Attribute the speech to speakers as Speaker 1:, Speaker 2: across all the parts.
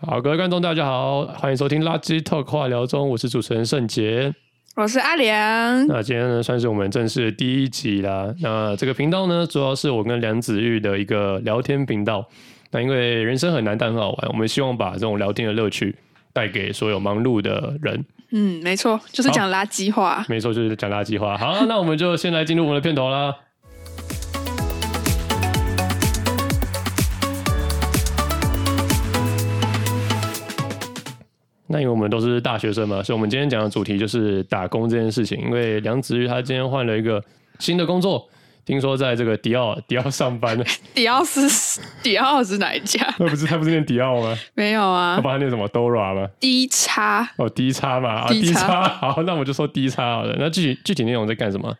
Speaker 1: 好，各位观众大家好，欢迎收听垃圾 Talk 话聊中，我是主持人盛杰。
Speaker 2: 我是阿良，
Speaker 1: 那今天呢，算是我们正式的第一集啦。那这个频道呢，主要是我跟梁子玉的一个聊天频道。那因为人生很难，但很好玩，我们希望把这种聊天的乐趣带给所有忙碌的人。
Speaker 2: 嗯，没错，就是
Speaker 1: 好
Speaker 2: 讲垃圾话。
Speaker 1: 没错，就是讲垃圾话。好，那我们就先来进入我们的片头啦。那因为我们都是大学生嘛，所以我们今天讲的主题就是打工这件事情。因为梁子玉他今天换了一个新的工作，听说在这个迪奥迪奥上班，
Speaker 2: 迪奥是迪奥是哪一家？
Speaker 1: 那不是他不是念迪奥吗？
Speaker 2: 没有
Speaker 1: 他
Speaker 2: 啊，
Speaker 1: 把他念什么 Dora 吗？
Speaker 2: 低差
Speaker 1: 哦，低差嘛，啊，
Speaker 2: 低
Speaker 1: 低
Speaker 2: 差
Speaker 1: 差。好，那我就说低差好了。那具体具体内容在干什么？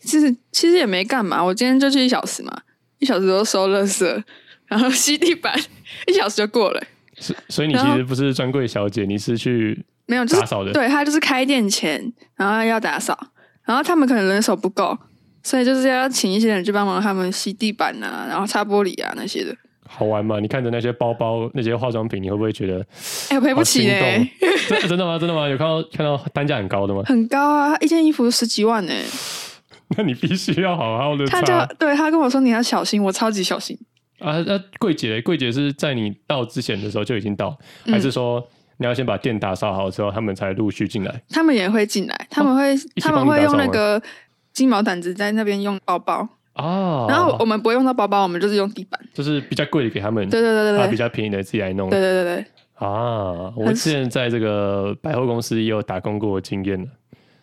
Speaker 2: 其实其实也没干嘛，我今天就去一小时嘛，一小时都收垃圾，然后吸地板，一小时就过了。
Speaker 1: 所所以你其
Speaker 2: 然后
Speaker 1: 实不是专柜小姐，你是去
Speaker 2: 没有，就是
Speaker 1: 打扫的
Speaker 2: 对他就是开店前，然后要打扫，然后他们可能人手不够，所以就是要请一些人去帮忙他们吸地板啊，然后擦玻璃啊那些的。
Speaker 1: 好玩吗？你看着那些包包、那些化妆品，你会不会觉得
Speaker 2: 哎、我赔不起呢、？
Speaker 1: 好心动 真真的吗？真的吗？有看到看到单价很高的吗
Speaker 2: 很高啊，一件衣服十几万呢、
Speaker 1: 那你必须要好好的擦
Speaker 2: 他就对他跟我说你要小心，我超级小心。
Speaker 1: 啊！那柜姐，柜姐是在你到之前的时候就已经到，
Speaker 2: 嗯
Speaker 1: 还是说你要先把店打扫好之后，他们才陆续进来？
Speaker 2: 他们也会进来，他们会、
Speaker 1: 哦一起
Speaker 2: 他
Speaker 1: 帮你打
Speaker 2: 们
Speaker 1: 扫
Speaker 2: 会用那
Speaker 1: 吗
Speaker 2: 个金毛掸子在那边用包包，
Speaker 1: 哦，
Speaker 2: 然后我们不会用到包包，我们就是用地板。
Speaker 1: 就是比较贵的给他们，
Speaker 2: 对对对
Speaker 1: 啊，
Speaker 2: 对
Speaker 1: 比
Speaker 2: 对。
Speaker 1: 较便宜的自己来弄
Speaker 2: 对对对对，
Speaker 1: 啊。我
Speaker 2: 很
Speaker 1: 之前在这个百货公司也有打工过的经验呢。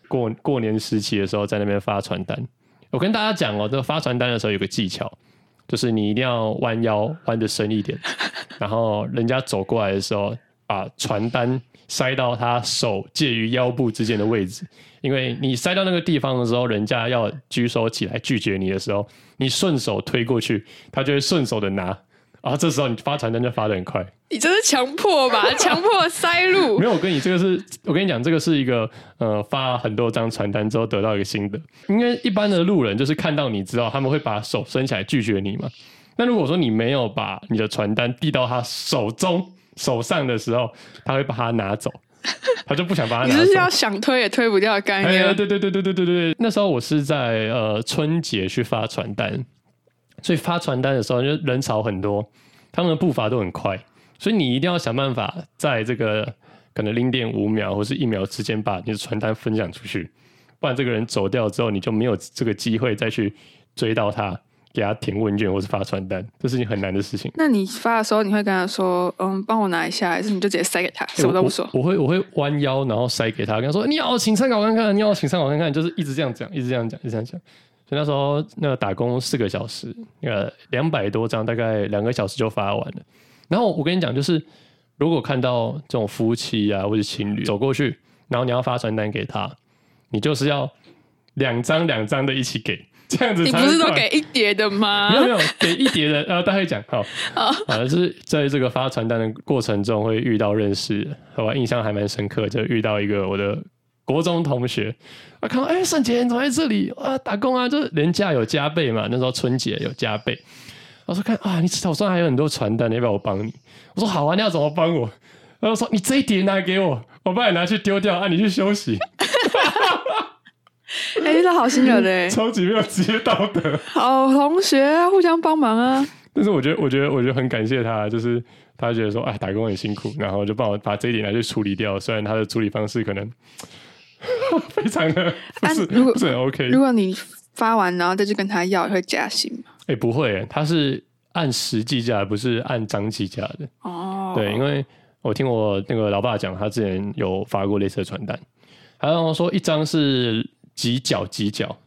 Speaker 1: 过过年时期的时候，在那边发传单。我跟大家讲哦，这个发传单的时候有个技巧，就是你一定要弯腰弯的深一点，然后人家走过来的时候，把传单塞到他手介于腰部之间的位置，因为你塞到那个地方的时候，人家要举手起来拒绝你的时候，你顺手推过去，他就会顺手的拿。然后这时候你发传单就发的很快，
Speaker 2: 你这是强迫吧？ 强迫塞入
Speaker 1: 没。有，我跟你这个是，我跟你讲，这个是一个呃发很多张传单之后得到一个心得，因为一般的路人就是看到你知道他们会把手伸起来拒绝你嘛。那如果说你没有把你的传单递到他手中手上的时候，他会把它拿走，他就不想把它
Speaker 2: 你
Speaker 1: 拿
Speaker 2: 是要
Speaker 1: 走。
Speaker 2: 想推也推不掉的概
Speaker 1: 哎
Speaker 2: 念
Speaker 1: 呀，
Speaker 2: 吗。
Speaker 1: 对对对对对对对，那时候我是在呃春节去发传单，所以发传单的时候就人潮很多，他们的步伐都很快，所以你一定要想办法在这个可能零点五秒或是一秒之间把你的传单分享出去，不然这个人走掉之后，你就没有这个机会再去追到他，给他填问卷或是发传单，这是件很难的事情。
Speaker 2: 那你发的时候，你会跟他说：“嗯，帮我拿一下。”还是你就直接塞给他，什么都不说？
Speaker 1: 哎我我会我会弯腰，然后塞给他，跟他说：“你好，请参考看看，你好，请参考看看。”就是一直这样讲，一直这样讲，一直这样讲。所以那时候那个打工四个小时，那个两百多张，大概两个小时就发完了。然后我跟你讲，就是如果看到这种夫妻啊或者情侣走过去，然后你要发传单给他，你就是要两张两张的一起给，这样子
Speaker 2: 你
Speaker 1: 才
Speaker 2: 不
Speaker 1: 会
Speaker 2: 是都
Speaker 1: 快
Speaker 2: 给一叠的吗
Speaker 1: 啊没？有没有，给一叠的，呃，大概讲好，啊，就是在这个发传单的过程中会遇到认识的，我印象还蛮深刻，就遇到一个我的国中同学，啊，看到哎，圣杰你怎么在这里啊？打工啊，就是年假有加倍嘛，那时候春节有加倍。我说看啊，你手上还有很多传单，你要不要我帮你？我说好啊，你要怎么帮我？然后说你这一叠拿给我，我帮你拿去丢掉啊，你去休息，
Speaker 2: 哎，这好 心人嘞！
Speaker 1: 超级没有职业道德。
Speaker 2: 好同学啊，互相帮忙啊。
Speaker 1: 但是我觉得，我觉得，我觉得很感谢他，就是他觉得说，哎，打工很辛苦，然后就帮我把这一点拿去处理掉。虽然他的处理方式可能 非常的不是、
Speaker 2: 啊如果
Speaker 1: 不是很 OK，
Speaker 2: 如果你发完然后再去跟他要，会加薪吗？
Speaker 1: 哎、不会，他是按实际价，不是按张计价的。
Speaker 2: 哦，
Speaker 1: 对，因为我听我那个老爸讲，他之前有发过类似的传单，他让我说一张是几角几角，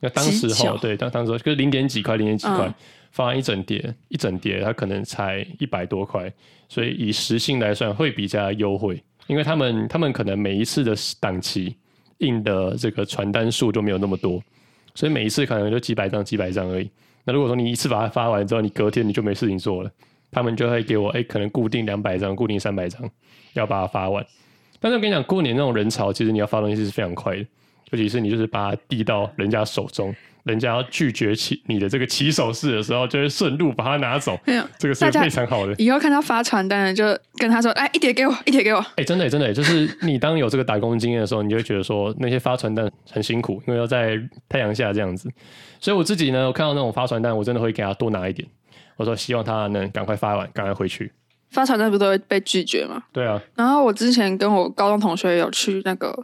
Speaker 1: 那当时
Speaker 2: 几
Speaker 1: 候
Speaker 2: 角
Speaker 1: 对，当当时候就是零点几块，零点几块
Speaker 2: 嗯，
Speaker 1: 发一整叠，一整叠，他可能才一百多块，所以以时薪来算会比较优惠，因为他们他们可能每一次的档期印的这个传单数就没有那么多，所以每一次可能就几百张几百张而已。那如果说你一次把它发完之后，你隔天你就没事情做了，他们就会给我哎、可能固定两百张，固定三百张，要把它发完。但是我跟你讲，过年那种人潮，其实你要发东西是非常快的，尤其是你就是把它递到人家手中，人家要拒绝起你的这个起手式的时候，就会顺路把它拿走，
Speaker 2: 没有，
Speaker 1: 这个是
Speaker 2: 大家
Speaker 1: 非常好的。
Speaker 2: 以后看到发传单的就跟他说，哎，一叠给我，一叠给我。
Speaker 1: 哎、真的、真的、就是你当有这个打工经验的时候，你就会觉得说那些发传单很辛苦，因为要在太阳下这样子。所以我自己呢，我看到那种发传单，我真的会给他多拿一点。我说希望他能赶快发完，赶快回去。
Speaker 2: 发传单不都会被拒绝吗？
Speaker 1: 对啊，
Speaker 2: 然后我之前跟我高中同学有去那个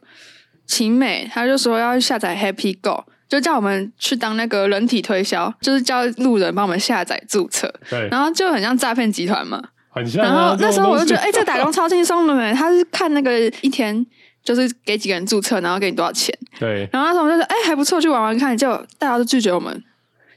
Speaker 2: 晴美，他就说要下载 Happy Go，就叫我们去当那个人体推销，就是叫路人帮我们下载注册，
Speaker 1: 对，
Speaker 2: 然后就很像诈骗集团嘛。
Speaker 1: 很像、啊。
Speaker 2: 然后那时候我就觉得，
Speaker 1: 这种东西
Speaker 2: 哎、这打工超轻松的欸没？他是看那个一天。就是给几个人注册，然后给你多少钱。
Speaker 1: 对，
Speaker 2: 然后那时候我们就说，哎、还不错，去玩玩看。结果大家都拒绝我们，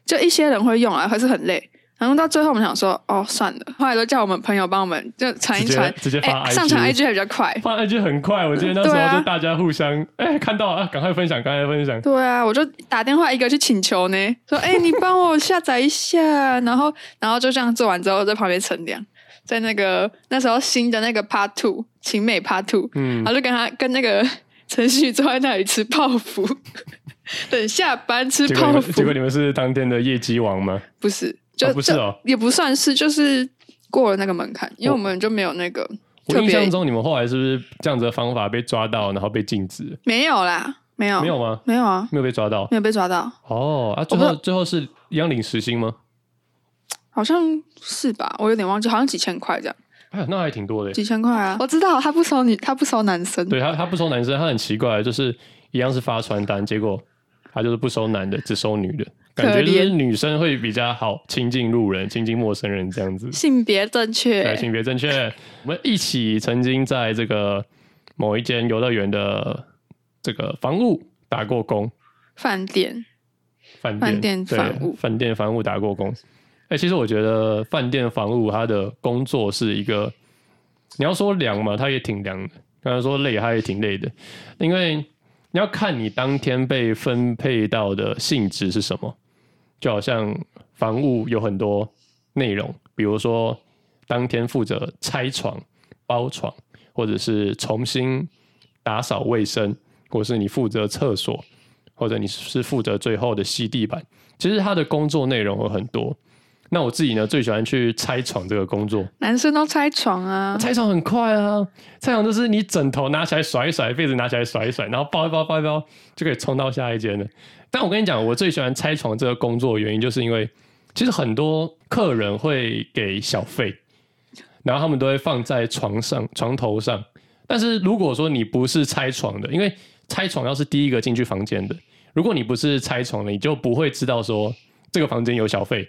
Speaker 2: 就一些人会用啊，可是很累。然后到最后我们想说，哦，算了。 后来都叫我们朋友帮我们就传一
Speaker 1: 直接
Speaker 2: 传，
Speaker 1: 直接发
Speaker 2: 哎
Speaker 1: IG
Speaker 2: 上传 IG 还比较快。
Speaker 1: 发 IG 很快，我记得那时
Speaker 2: 对啊
Speaker 1: 候就大家互相哎、看到啊，赶快分享，赶快分享。
Speaker 2: 对啊，我就打电话一个去请求呢，说：“哎、你帮我下载一下。”然后，然后就这样做完之后，在旁边乘凉，在那个那时候新的那个 Part Two 晴美 Part Two，
Speaker 1: 嗯
Speaker 2: 然，后就跟他跟那个程序坐在那里吃泡芙， 等下班吃
Speaker 1: 结果你
Speaker 2: 泡
Speaker 1: 们结
Speaker 2: 芙
Speaker 1: 果，你们是当天的业绩王吗？
Speaker 2: 不是，就、
Speaker 1: 哦不是
Speaker 2: 就
Speaker 1: 哦
Speaker 2: 也不算是，就是过了那个门槛，因为
Speaker 1: 我
Speaker 2: 我们就没有那个
Speaker 1: 我
Speaker 2: 特
Speaker 1: 印
Speaker 2: 别
Speaker 1: 象中你们后来是不是这样子的方法被抓到，然后被禁止？
Speaker 2: 没有啦，没有
Speaker 1: 没有吗？
Speaker 2: 没有啊，
Speaker 1: 没有被抓到。
Speaker 2: 没有被抓到，
Speaker 1: 哦啊，最
Speaker 2: 我不知
Speaker 1: 后
Speaker 2: 道
Speaker 1: 最后是一样领时薪吗？
Speaker 2: 好像是吧？我有点忘记，好像几千块这样。
Speaker 1: 哎呀，那还挺多的耶。
Speaker 2: 几千块啊！我知道他不收女，他不收男生。
Speaker 1: 对他，他不收男生，他很奇怪，就是一样是发传单，结果他就是不收男的，只收女的，感觉就是
Speaker 2: 可
Speaker 1: 女生会比较好亲近路人、亲近陌生人这样子。
Speaker 2: 性别正
Speaker 1: 对，
Speaker 2: 确，
Speaker 1: 性别正 确。我们一起曾经在这个某一间游乐园的这个房屋打过工，
Speaker 2: 饭店
Speaker 1: 饭店
Speaker 2: 饭店
Speaker 1: 对
Speaker 2: 房务
Speaker 1: 饭店房务打过工。哎、其实我觉得饭店房务他的工作是一个，你要说凉嘛，他也挺凉的；刚才说累，他也挺累的，因为你要看你当天被分配到的性质是什么。就好像房务有很多内容，比如说当天负责拆床、包床，或者是重新打扫卫生，或是你负责厕所，或者你是负责最后的吸地板。其实他的工作内容有很多。那我自己呢，最喜欢去拆床这个工作。
Speaker 2: 男生都拆床啊，
Speaker 1: 拆床很快啊，拆床就是你枕头拿起来甩一甩，被子拿起来甩一甩，然后包一包包一包就可以冲到下一间了。但我跟你讲，我最喜欢拆床这个工作的原因，就是因为其实很多客人会给小费，然后他们都会放在床上、床头上。但是如果说你不是拆床的，因为拆床要是第一个进去房间的，如果你不是拆床的，你就不会知道说这个房间有小费，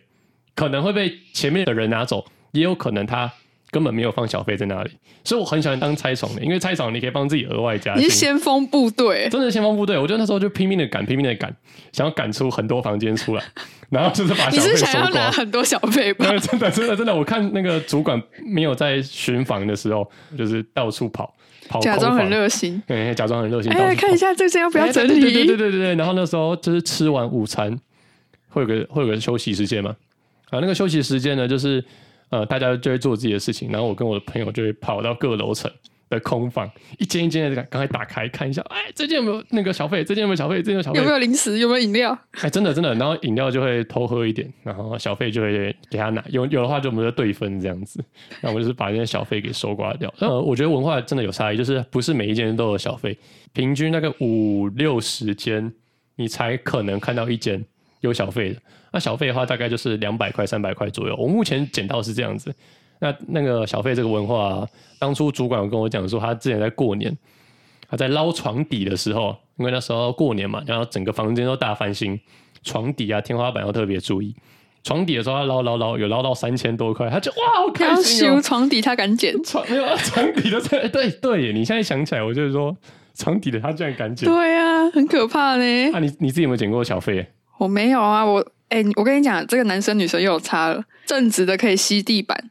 Speaker 1: 可能会被前面的人拿走，也有可能他根本没有放小费在那里。所以我很喜欢当拆床的，因为拆床你可以帮自己额外加
Speaker 2: 你
Speaker 1: 薪
Speaker 2: 是。 先锋部队，
Speaker 1: 真的先锋部队，我就那时候就拼命的赶，拼命的赶，想要赶出很多房间出来，然后就是把
Speaker 2: 你
Speaker 1: 小
Speaker 2: 是
Speaker 1: 费
Speaker 2: 想
Speaker 1: 收
Speaker 2: 要拿
Speaker 1: 光。
Speaker 2: 很多小费吧？
Speaker 1: 对，真的，真的，真的，我看那个主管没有在巡房的时候，就是到处跑，跑
Speaker 2: 假
Speaker 1: 空
Speaker 2: 装很
Speaker 1: 房，
Speaker 2: 热心。
Speaker 1: 对，假装很热心。到
Speaker 2: 哎，
Speaker 1: 处
Speaker 2: 看
Speaker 1: 跑
Speaker 2: 一下这间要不要
Speaker 1: 哎
Speaker 2: 整
Speaker 1: 哦对对对对
Speaker 2: 理？
Speaker 1: 对对对。然后那时候就是吃完午餐，会有个会有个休息时间嘛。啊，那个休息时间呢，就是呃，大家就会做自己的事情，然后我跟我的朋友就会跑到各楼层的空房，一间一间的赶快打开看一下，哎，这间有没有那个小费？这间有没有小费？这间有小费
Speaker 2: 有没？有零食？有没有饮料？
Speaker 1: 哎，真的真的。然后饮料就会偷喝一点，然后小费就会给他拿，有有的话就我们就对分这样子。那我们就是把那些小费给收刮掉。呃，我觉得文化真的有差异，就是不是每一间都有小费，平均那个五六十间，你才可能看到一间有小费的。那小费的话，大概就是两百块、三百块左右。我目前捡到是这样子。那那个小费这个文化、当初主管有跟我讲说，他之前在过年，他在捞床底的时候，因为那时候过年嘛，然后整个房间都大翻新，床底啊、天花板要特别注意。床底的时候，他捞捞捞，有捞到三千多块，他就哇，好
Speaker 2: 他
Speaker 1: 开
Speaker 2: 要
Speaker 1: 心、哦
Speaker 2: 修！床底，他敢捡？
Speaker 1: 床 没有啊床底的才 对对耶，你现在想起来，我就是说床底的他居然敢捡
Speaker 2: 对啊，很可怕呢。
Speaker 1: 啊！你你自己有没有捡过小费？
Speaker 2: 我没有啊，我哎、我跟你讲，这个男生女生又有差了。正职的可以吸地板，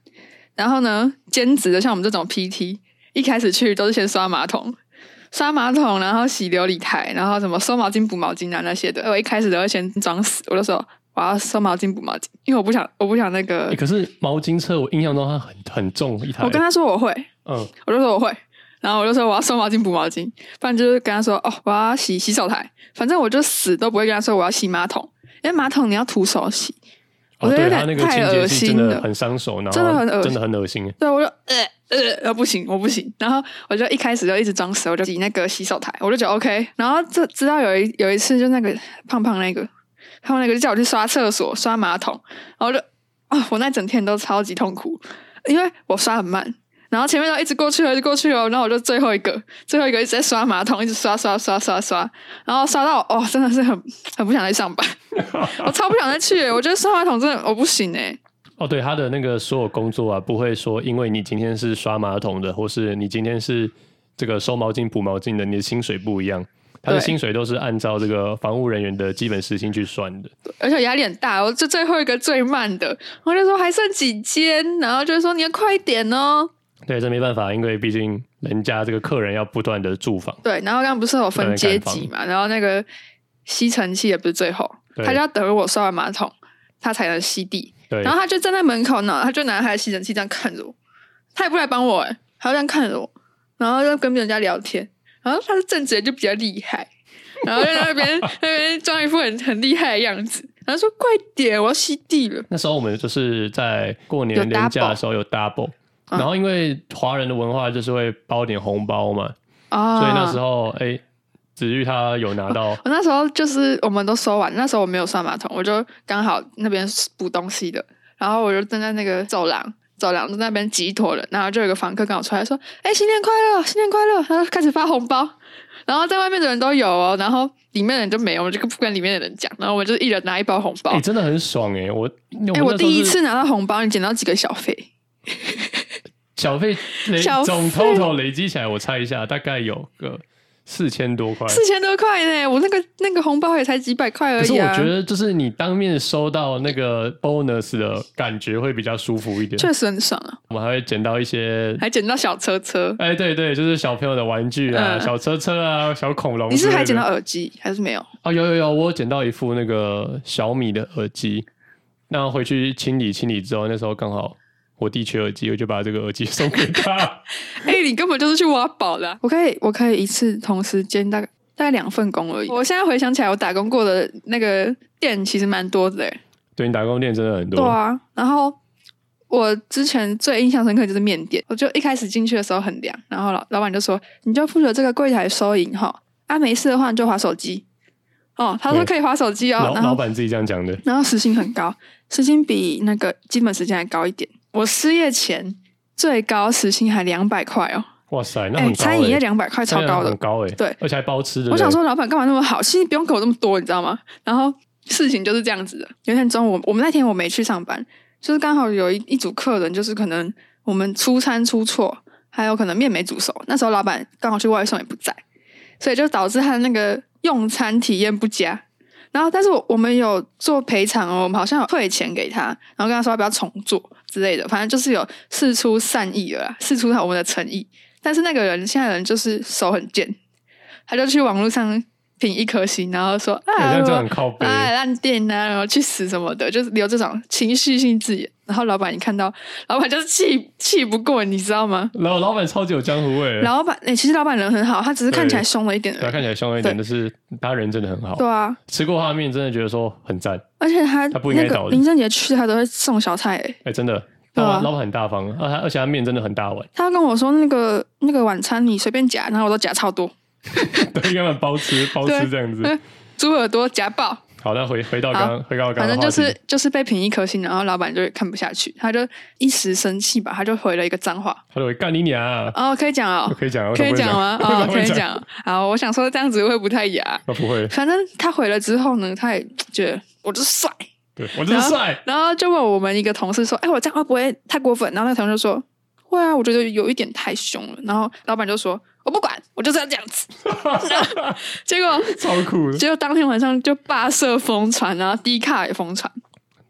Speaker 2: 然后呢，兼职的像我们这种 PT，一开始去都是先刷马桶，刷马桶，然后洗琉璃台，然后什么收毛巾、补毛巾啊那些的。我一开始都会先装死，我就说我要收毛巾、补毛巾，因为我不想，我不想那个
Speaker 1: 欸、。可是毛巾车，我印象中它很很重一台。
Speaker 2: 我跟他说我会，
Speaker 1: 嗯，
Speaker 2: 我就说我会，然后我就说我要收毛巾补毛巾，不然就是跟他说哦，我要洗洗手台，反正我就死都不会跟他说我要洗马桶，因为马桶你要徒手洗，我
Speaker 1: 哦，
Speaker 2: 觉得
Speaker 1: 对，
Speaker 2: 有点
Speaker 1: 他那个
Speaker 2: 太
Speaker 1: 清
Speaker 2: 恶
Speaker 1: 洁剂
Speaker 2: 心
Speaker 1: 真
Speaker 2: 了
Speaker 1: 的很伤手，然后
Speaker 2: 真的很恶
Speaker 1: 真的很恶心。
Speaker 2: 对，我就呃呃呃不行，我不行。然后我就一开始就一直装死，我就挤那个洗手台，我就觉得 OK。然后这直到有一有一次，就那个胖胖那个胖胖那个就叫我去刷厕所、刷马桶，然后我就啊、我那整天都超级痛苦，因为我刷很慢。然后前面都一直过去了，一直过去了，然后我就最后一个，最后一个一直在刷马桶，一直刷刷刷刷刷，然后刷到我哦，真的是很很不想再上班， 我超不想再去耶，欸我觉得刷马桶真的我不行哎，
Speaker 1: 哦，对，他的那个所有工作啊，不会说因为你今天是刷马桶的，或是你今天是这个收毛巾、补毛巾的，你的薪水不一样。他的
Speaker 2: 对
Speaker 1: 薪水都是按照这个防务人员的基本时薪去算的。
Speaker 2: 而且压力很大，我就最后一个最慢的，我就说还剩几间，然后就说你要快点哦。
Speaker 1: 对，这没办法，因为毕竟人家这个客人要不断的住房，
Speaker 2: 对，然后刚刚不是有分阶级嘛，然后那个吸尘器也不是最后，
Speaker 1: 对
Speaker 2: 他就要等我刷完马桶，他才能吸地。
Speaker 1: 对
Speaker 2: 然，后他就站在门口呢，他就拿他的吸尘器这样看着我，他也不来帮我、欸，他就这样看着我，然后就跟别人家聊天，然后他的正直人就比较厉害，然后就在那 边那边装一副很很厉害的样子，然后说快点，我要吸地了。
Speaker 1: 那时候我们就是在过
Speaker 2: 有
Speaker 1: 年年假
Speaker 2: double
Speaker 1: 的时候有 double，
Speaker 2: 嗯
Speaker 1: 然后因为华人的文化就是会包点红包嘛，
Speaker 2: 啊，哦
Speaker 1: 所以那时候哎、子玉他有拿到，
Speaker 2: 我那时候就是我们都收完，那时候我没有刷马桶，我就刚好那边补东西的，然后我就站在那个走廊，走廊在那边挤一坨人，然后就有个房客跟我出来说：“哎、新年快乐，新年快乐！”然后开始发红包，然后在外面的人都有哦，然后里面的人就没有，我就不跟里面的人讲，然后我就一人拿一包红包。
Speaker 1: 哎、
Speaker 2: 哎、
Speaker 1: 真的很爽哎、我哎
Speaker 2: 我第一次拿到红包，你捡到几个小费？
Speaker 1: 小费累
Speaker 2: 小费
Speaker 1: 总 total 累积起来，我猜一下大概有个四千多块。
Speaker 2: 四千多块呢！我那个那个红包也才几百块而
Speaker 1: 可是
Speaker 2: 已
Speaker 1: 我
Speaker 2: 啊。
Speaker 1: 觉得，就是你当面收到那个 bonus 的感觉会比较舒服一点。
Speaker 2: 确实很爽啊，
Speaker 1: 我们还会捡到一些，
Speaker 2: 还捡到小车车。
Speaker 1: 哎，对对，就是小朋友的玩具啊，
Speaker 2: 嗯
Speaker 1: 小车车啊，小恐龙
Speaker 2: 你
Speaker 1: 之
Speaker 2: 是
Speaker 1: 类的。
Speaker 2: 还捡到耳机还是没有？
Speaker 1: 哦，有有有，我有捡到一副那个小米的耳机，那回去清理清理之后，那时候刚好我弟缺耳机，我就把这个耳机 送给他。
Speaker 2: 哎、你根本就是去挖宝啊啦！我可以，我可以一次同时兼大概大概两份工而已。我现在回想起来，我打工过的那个店其实蛮多的、欸，
Speaker 1: 对你打工店真的很多，
Speaker 2: 对啊。然后我之前最印象深刻就是面店，我就一开始进去的时候很凉，然后老老板就说：“你就负责这个柜台收银哈，啊没事的话你就划手机。”哦，他说
Speaker 1: 对
Speaker 2: 可以划手机哦，
Speaker 1: 老
Speaker 2: 然后
Speaker 1: 老板自己这样讲的。
Speaker 2: 然后时薪很高，时薪比那个基本时间还高一点。我失业前最高时薪还两百块哦，
Speaker 1: 哇塞，那
Speaker 2: 哎、
Speaker 1: 很高、欸
Speaker 2: 餐饮业两百块超
Speaker 1: 那
Speaker 2: 高的
Speaker 1: 很，高哎、
Speaker 2: 对
Speaker 1: 而且还包吃的。
Speaker 2: 我想说，老板干嘛那么好？其实不用给我这么多，你知道吗？然后事情就是这样子的。有一天中午，我我们那天我没去上班，就是刚好有一一组客人，就是可能我们出餐出错，还有可能面没煮熟。那时候老板刚好去外送也不在，所以就导致他的那个用餐体验不佳。然后，但是我我们有做赔偿哦，我们好像有退钱给他，然后跟他说要不要重做之类的，反正就是有试出善意了啦，试出我们的诚意。但是那个人现在人就是手很贱，他就去网络上评一颗星，然后说
Speaker 1: 哎
Speaker 2: 啊，
Speaker 1: 这样
Speaker 2: 我
Speaker 1: 这样很靠背、
Speaker 2: 啊，烂店呐、然后去死什么的，就是留这种情绪性字眼。然后老板一看到，老板就是气气不过，你知道吗？
Speaker 1: 老老板超级有江湖味、欸，
Speaker 2: 老板，哎、其实老板人很好，他只是看起来
Speaker 1: 对
Speaker 2: 凶了一点
Speaker 1: 对
Speaker 2: 而
Speaker 1: 啊，
Speaker 2: 已。
Speaker 1: 看起来凶一点，但是他人真的很好。
Speaker 2: 对啊，
Speaker 1: 吃过他的面，真的觉得说很赞。
Speaker 2: 而且他
Speaker 1: 他不应该
Speaker 2: 那个
Speaker 1: 倒的
Speaker 2: 林正杰去，他都会送小菜、哎
Speaker 1: 哎、真的，老
Speaker 2: 对啊
Speaker 1: 板、老板很大方，而且而且他面真的很大碗，
Speaker 2: 他跟我说那个那个晚餐你随便夹，然后我都夹超多，
Speaker 1: 对，根本包吃包吃
Speaker 2: 对哎
Speaker 1: 这样子。
Speaker 2: 对猪耳朵夹爆，
Speaker 1: 好，那回回到刚刚回到刚刚
Speaker 2: 反
Speaker 1: 的
Speaker 2: 正就
Speaker 1: 话
Speaker 2: 是
Speaker 1: 题
Speaker 2: 就是被评一颗星，然后老板就看不下去，他就一时生气吧，他就回了一个脏话。
Speaker 1: 他说干你娘啊、
Speaker 2: 哦，可以讲哦
Speaker 1: 我，可以讲啊，
Speaker 2: 可以
Speaker 1: 为什
Speaker 2: 讲
Speaker 1: 么
Speaker 2: 吗？
Speaker 1: 不 能
Speaker 2: 哦，
Speaker 1: 为什么不
Speaker 2: 可
Speaker 1: 能
Speaker 2: 以
Speaker 1: 讲，
Speaker 2: 讲。好，我想说这样子会不太雅。
Speaker 1: 啊不会，
Speaker 2: 反正他回了之后呢，他也觉得我就是帅，
Speaker 1: 对我真是帅，
Speaker 2: 然后就问我们一个同事说：“哎，我这样会不会太过分？”然后那个同事就说：“会啊，我觉得有一点太凶了。”然后老板就说：“我不管，我就是要这样子。” 结果，
Speaker 1: 超酷的，
Speaker 2: 结果当天晚上就霸社疯传，然后低卡也疯传。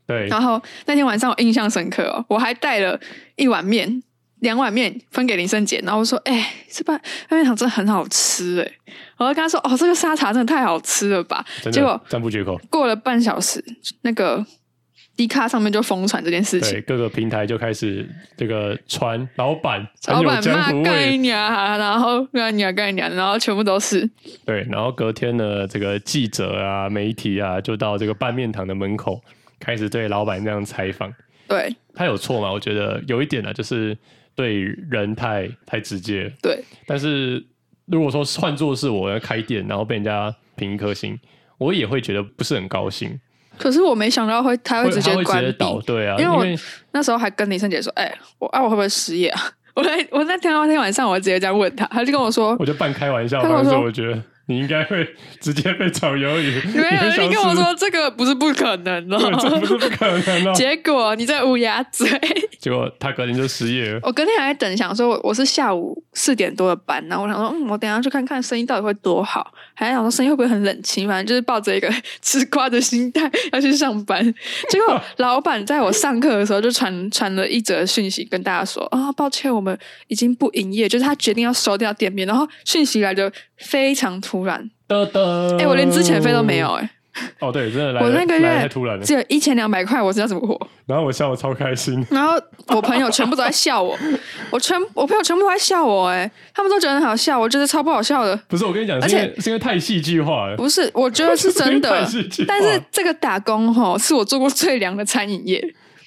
Speaker 1: 对，
Speaker 2: 然后那天晚上我印象深刻哦，我还带了一碗面、两碗面分给林生姐，然后我说：“哎、这拌拌面汤真的很好吃哎。”我就跟她说：“哦，这个沙茶真的太好吃了吧！”
Speaker 1: 真
Speaker 2: 结
Speaker 1: 的
Speaker 2: 果
Speaker 1: 赞不绝口。
Speaker 2: 过了半小时，那个 D 卡上面就疯传这件事情
Speaker 1: 对，，各个平台就开始这个传老板，
Speaker 2: 老
Speaker 1: 很有
Speaker 2: 板骂
Speaker 1: 江湖
Speaker 2: 干
Speaker 1: 味。
Speaker 2: 娘，然后干娘干娘，然后全部都是。
Speaker 1: 对，然后隔天呢，这个记者啊、媒体啊，就到这个拌面堂的门口，开始对老板这样采访。
Speaker 2: 对
Speaker 1: 他有错吗？我觉得有一点呢、就是对人太太直接了。
Speaker 2: 对，
Speaker 1: 但是如果说换作是我要开店，然后被人家评一颗星，我也会觉得不是很高兴，
Speaker 2: 可是我没想到会他会直接
Speaker 1: 他会直
Speaker 2: 关
Speaker 1: 接
Speaker 2: 闭。
Speaker 1: 倒，对啊，
Speaker 2: 因
Speaker 1: 因
Speaker 2: 为我那时候还跟林圣杰说：“哎、我啊，我会不会失业啊？” 我那我那天那天晚上我直接这样问他，他就跟我说
Speaker 1: 我就半开玩笑，
Speaker 2: 他跟我
Speaker 1: 反
Speaker 2: 说
Speaker 1: 正我觉得你应该会直接被炒鱿鱼，：“
Speaker 2: 没
Speaker 1: 会
Speaker 2: 有，
Speaker 1: 消
Speaker 2: 你跟我
Speaker 1: 失
Speaker 2: 说这个不是不可能
Speaker 1: 对， 这
Speaker 2: 哦。。
Speaker 1: 不是不可能哦
Speaker 2: 结果你在乌鸦嘴。
Speaker 1: 结果他隔天就失业了。
Speaker 2: 我隔天还在等，想说我我是下午四点多的班，然后我想说，嗯，我等一下去看看生意到底会多好，还想说生意会不会很冷清，反正就是抱着一个 吃瓜的心态要去上班。结 果老板在我上课的时候就传传了一则讯息跟大家说，啊、抱歉，我们已经不营业，就是他决定要收掉店面，然后讯息来的非常突然，
Speaker 1: 噔噔，
Speaker 2: 哎、我连之前费都没有、哎，
Speaker 1: 哦，对，真的来，
Speaker 2: 我那个月
Speaker 1: 来得太突 然了。
Speaker 2: 只有一千两百块，我知道怎么活。
Speaker 1: 然后我下午超开心，
Speaker 2: 然后我朋友全部都在笑我， 我全我朋友全部都在笑我、哎，他们都觉得很好笑，我觉得超不好笑的。
Speaker 1: 不是我跟你讲，
Speaker 2: 而
Speaker 1: 是因
Speaker 2: 且
Speaker 1: 为是因为太戏剧化了，
Speaker 2: 不是，我觉得是 真
Speaker 1: 太
Speaker 2: 的
Speaker 1: 戏剧化。
Speaker 2: 但是这个打工吼，是我做过最凉的餐饮业，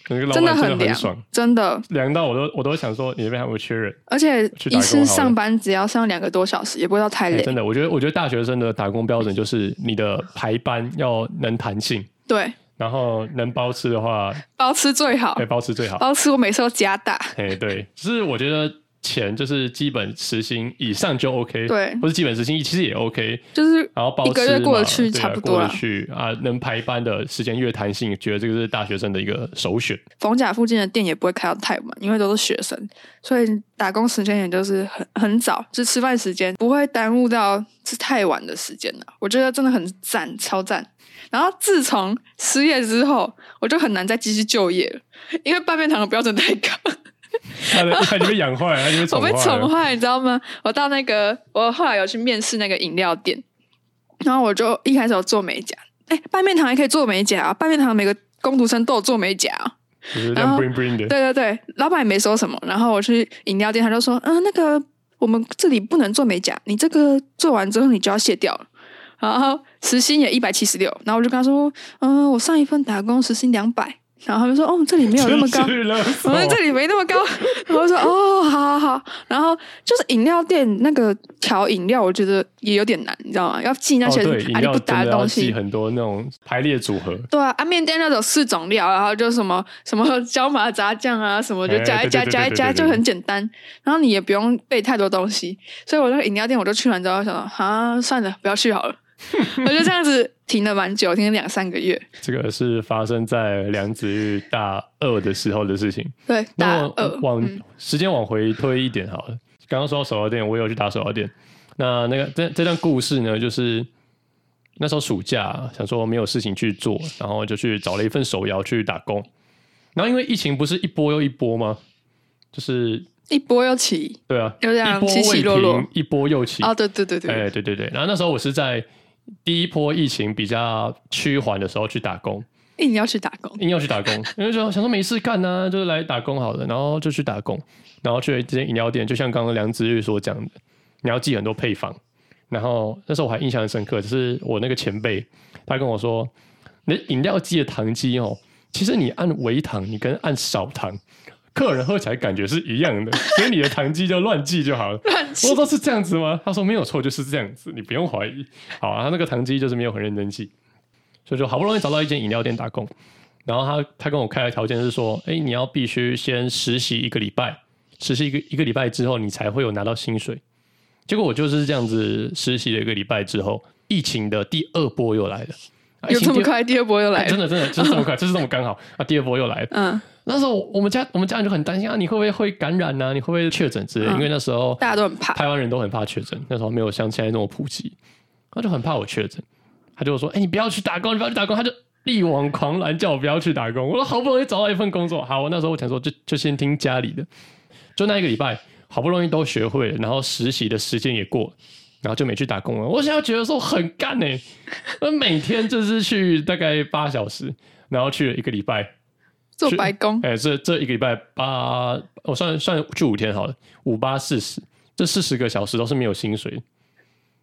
Speaker 1: 那个老
Speaker 2: 真的
Speaker 1: 板真的
Speaker 2: 凉，
Speaker 1: 爽，
Speaker 2: 真的。
Speaker 1: 凉到我都我都想说，你那边还有没有缺人？
Speaker 2: 而且
Speaker 1: 去打
Speaker 2: 一
Speaker 1: 工好
Speaker 2: 次
Speaker 1: 了
Speaker 2: 上班只要上两个多小时，也不会到太
Speaker 1: 哎
Speaker 2: 累。
Speaker 1: 真的，我觉得我觉得大学生的打工标准就是你的排班要能弹性，
Speaker 2: 对，
Speaker 1: 然后能包吃的话，
Speaker 2: 包吃最好
Speaker 1: 哎、，包吃最好。
Speaker 2: 包吃我每次都加大。
Speaker 1: 哎、对，就是我觉得钱就是基本时薪以上就 OK，
Speaker 2: 对
Speaker 1: 或是基本时薪其实也 OK，
Speaker 2: 就是
Speaker 1: 然后包
Speaker 2: 一个月
Speaker 1: 吃嘛
Speaker 2: 过得去
Speaker 1: 对啊
Speaker 2: 差不多
Speaker 1: 过
Speaker 2: 啦
Speaker 1: 得去啊，能排班的时间越弹性，觉得这个是大学生的一个首 选。
Speaker 2: 逢甲附近的店也不会开到太晚，因为都是学生，所以打工时间也就是很很早，就吃饭时间不会耽误到是太晚的时间了。我觉得真的很赞，超赞。然后自从失业之后，我就很难再继续就业了，因为拌面堂的标准太高，
Speaker 1: 他的他就被养坏了，他就被
Speaker 2: 我
Speaker 1: 宠坏啊
Speaker 2: 被宠
Speaker 1: 了。
Speaker 2: 坏，你知道吗？我到那个，我后来有去面试那个饮料店，然后我就一开始有做美甲，哎，拌面堂还可以做美甲啊，拌面堂每个工读生都有做美甲啊。
Speaker 1: 就是这样
Speaker 2: 然后
Speaker 1: bring bring 的，
Speaker 2: 对对对，老板也没说什么。然后我去饮料店，他就说：“嗯、那个我们这里不能做美甲，你这个做完之后你就要卸掉了。”然后时薪也一百七十六，然后我就跟他说：“嗯、我上一份打工时薪两百。”然后他就说：“哦，这里没有那 么高。”
Speaker 1: 情绪勒索
Speaker 2: 我说这里没那么高，然后我说哦，好好好，然后就是饮料店那个调饮料，我觉得也有点难，你知道吗？要记那
Speaker 1: 哦，
Speaker 2: 些
Speaker 1: 对，饮
Speaker 2: 啊你
Speaker 1: 料
Speaker 2: 不
Speaker 1: 真
Speaker 2: 打
Speaker 1: 的
Speaker 2: 的
Speaker 1: 要
Speaker 2: 东西
Speaker 1: 记，很多那种排列组合，
Speaker 2: 对啊，啊面店那种四种料，然后就什么什么 椒麻炸酱啊，什么就
Speaker 1: 哎
Speaker 2: 加一
Speaker 1: 对
Speaker 2: 加
Speaker 1: 对
Speaker 2: 加
Speaker 1: 对
Speaker 2: 一
Speaker 1: 对
Speaker 2: 加，
Speaker 1: 对对
Speaker 2: 就很简单。然后你也不用备太多东西，所以我那个饮料店我就去完之后想说，啊，算了，不要去好了。 我就这样子停了蛮久，停了两三个月。
Speaker 1: 这个是发生在梁子玉大二的时候的事情。
Speaker 2: 对， 大
Speaker 1: 那
Speaker 2: 二
Speaker 1: 我往、
Speaker 2: 嗯
Speaker 1: 时间往回推一点好了。刚刚说到手摇店，我也有去打手摇店。那那个这这段故事呢，就是那时候暑假想说没有事情去做，然后就去找了一份手摇去打工。然后因为疫情不是一波又一波吗？就是
Speaker 2: 一波又起
Speaker 1: 对啊，
Speaker 2: 就这样
Speaker 1: 一波
Speaker 2: 起起
Speaker 1: 未
Speaker 2: 落落
Speaker 1: 平，一波又起。
Speaker 2: 哦，对对对对，
Speaker 1: 哎，对对对。然后那时候我是在第一波疫情比较趋缓的时候去打工，
Speaker 2: 一定要去打工，
Speaker 1: 硬要去打 工，因为就想说没事干呢、就是来打工好了，然后就去打工，然后去了一间饮料店，就像刚刚梁子玉所讲的，你要记很多配方。然后那时候我还印象很深刻，就是我那个前辈他跟我说，你的饮料机的糖机哦，其实你按微糖，你跟按少糖，客人喝起来感觉是一 样的，所以你的糖机就乱记就好了。
Speaker 2: 乱
Speaker 1: 我
Speaker 2: 七
Speaker 1: 说是这样子吗？他说没有错，就是这样子，你不用怀疑。好、啊，他那个糖机就是没有很认真记，所以就好不容易找到一间饮料店打工。然后他他跟我开的条件是说，哎，你要必须先实习一个礼拜，实习一个一个礼拜之后，你才会有拿到薪水。结果我就是这样子实习了一个礼拜之后，疫情的第二波又来了，啊
Speaker 2: 有这么？
Speaker 1: 疫情第二啊
Speaker 2: 快，第二波又来
Speaker 1: 哎真的
Speaker 2: 了，
Speaker 1: 真的就是这么快，就是这么刚好啊！第二波又来了，
Speaker 2: 嗯，
Speaker 1: 那时候我们家我们家人就很担心啊，你会不会会感染啊？你会不会确诊之类的？
Speaker 2: 嗯
Speaker 1: 因为那时候
Speaker 2: 大家都很怕，
Speaker 1: 台湾人都很怕确诊，那时候没有像现在这么普及，他就很怕我确诊，他就说：“哎、你不要去打工，你不要去打工。”他就力挽狂澜，叫我不要去打工。我说好不容易找到一份工作，好，我那时候我想说就就先听家里的，就那一个礼拜，好不容易都学会了，然后实习的时间也过了。然后就没去打工了。我现在觉得说很欸干呢、我每天就是去大概八小时，然后去了一个礼拜，
Speaker 2: 做白工，
Speaker 1: 哎、这这一个礼拜八，我算算去五天好了，五八四十，这四十个小时都是没有薪水的，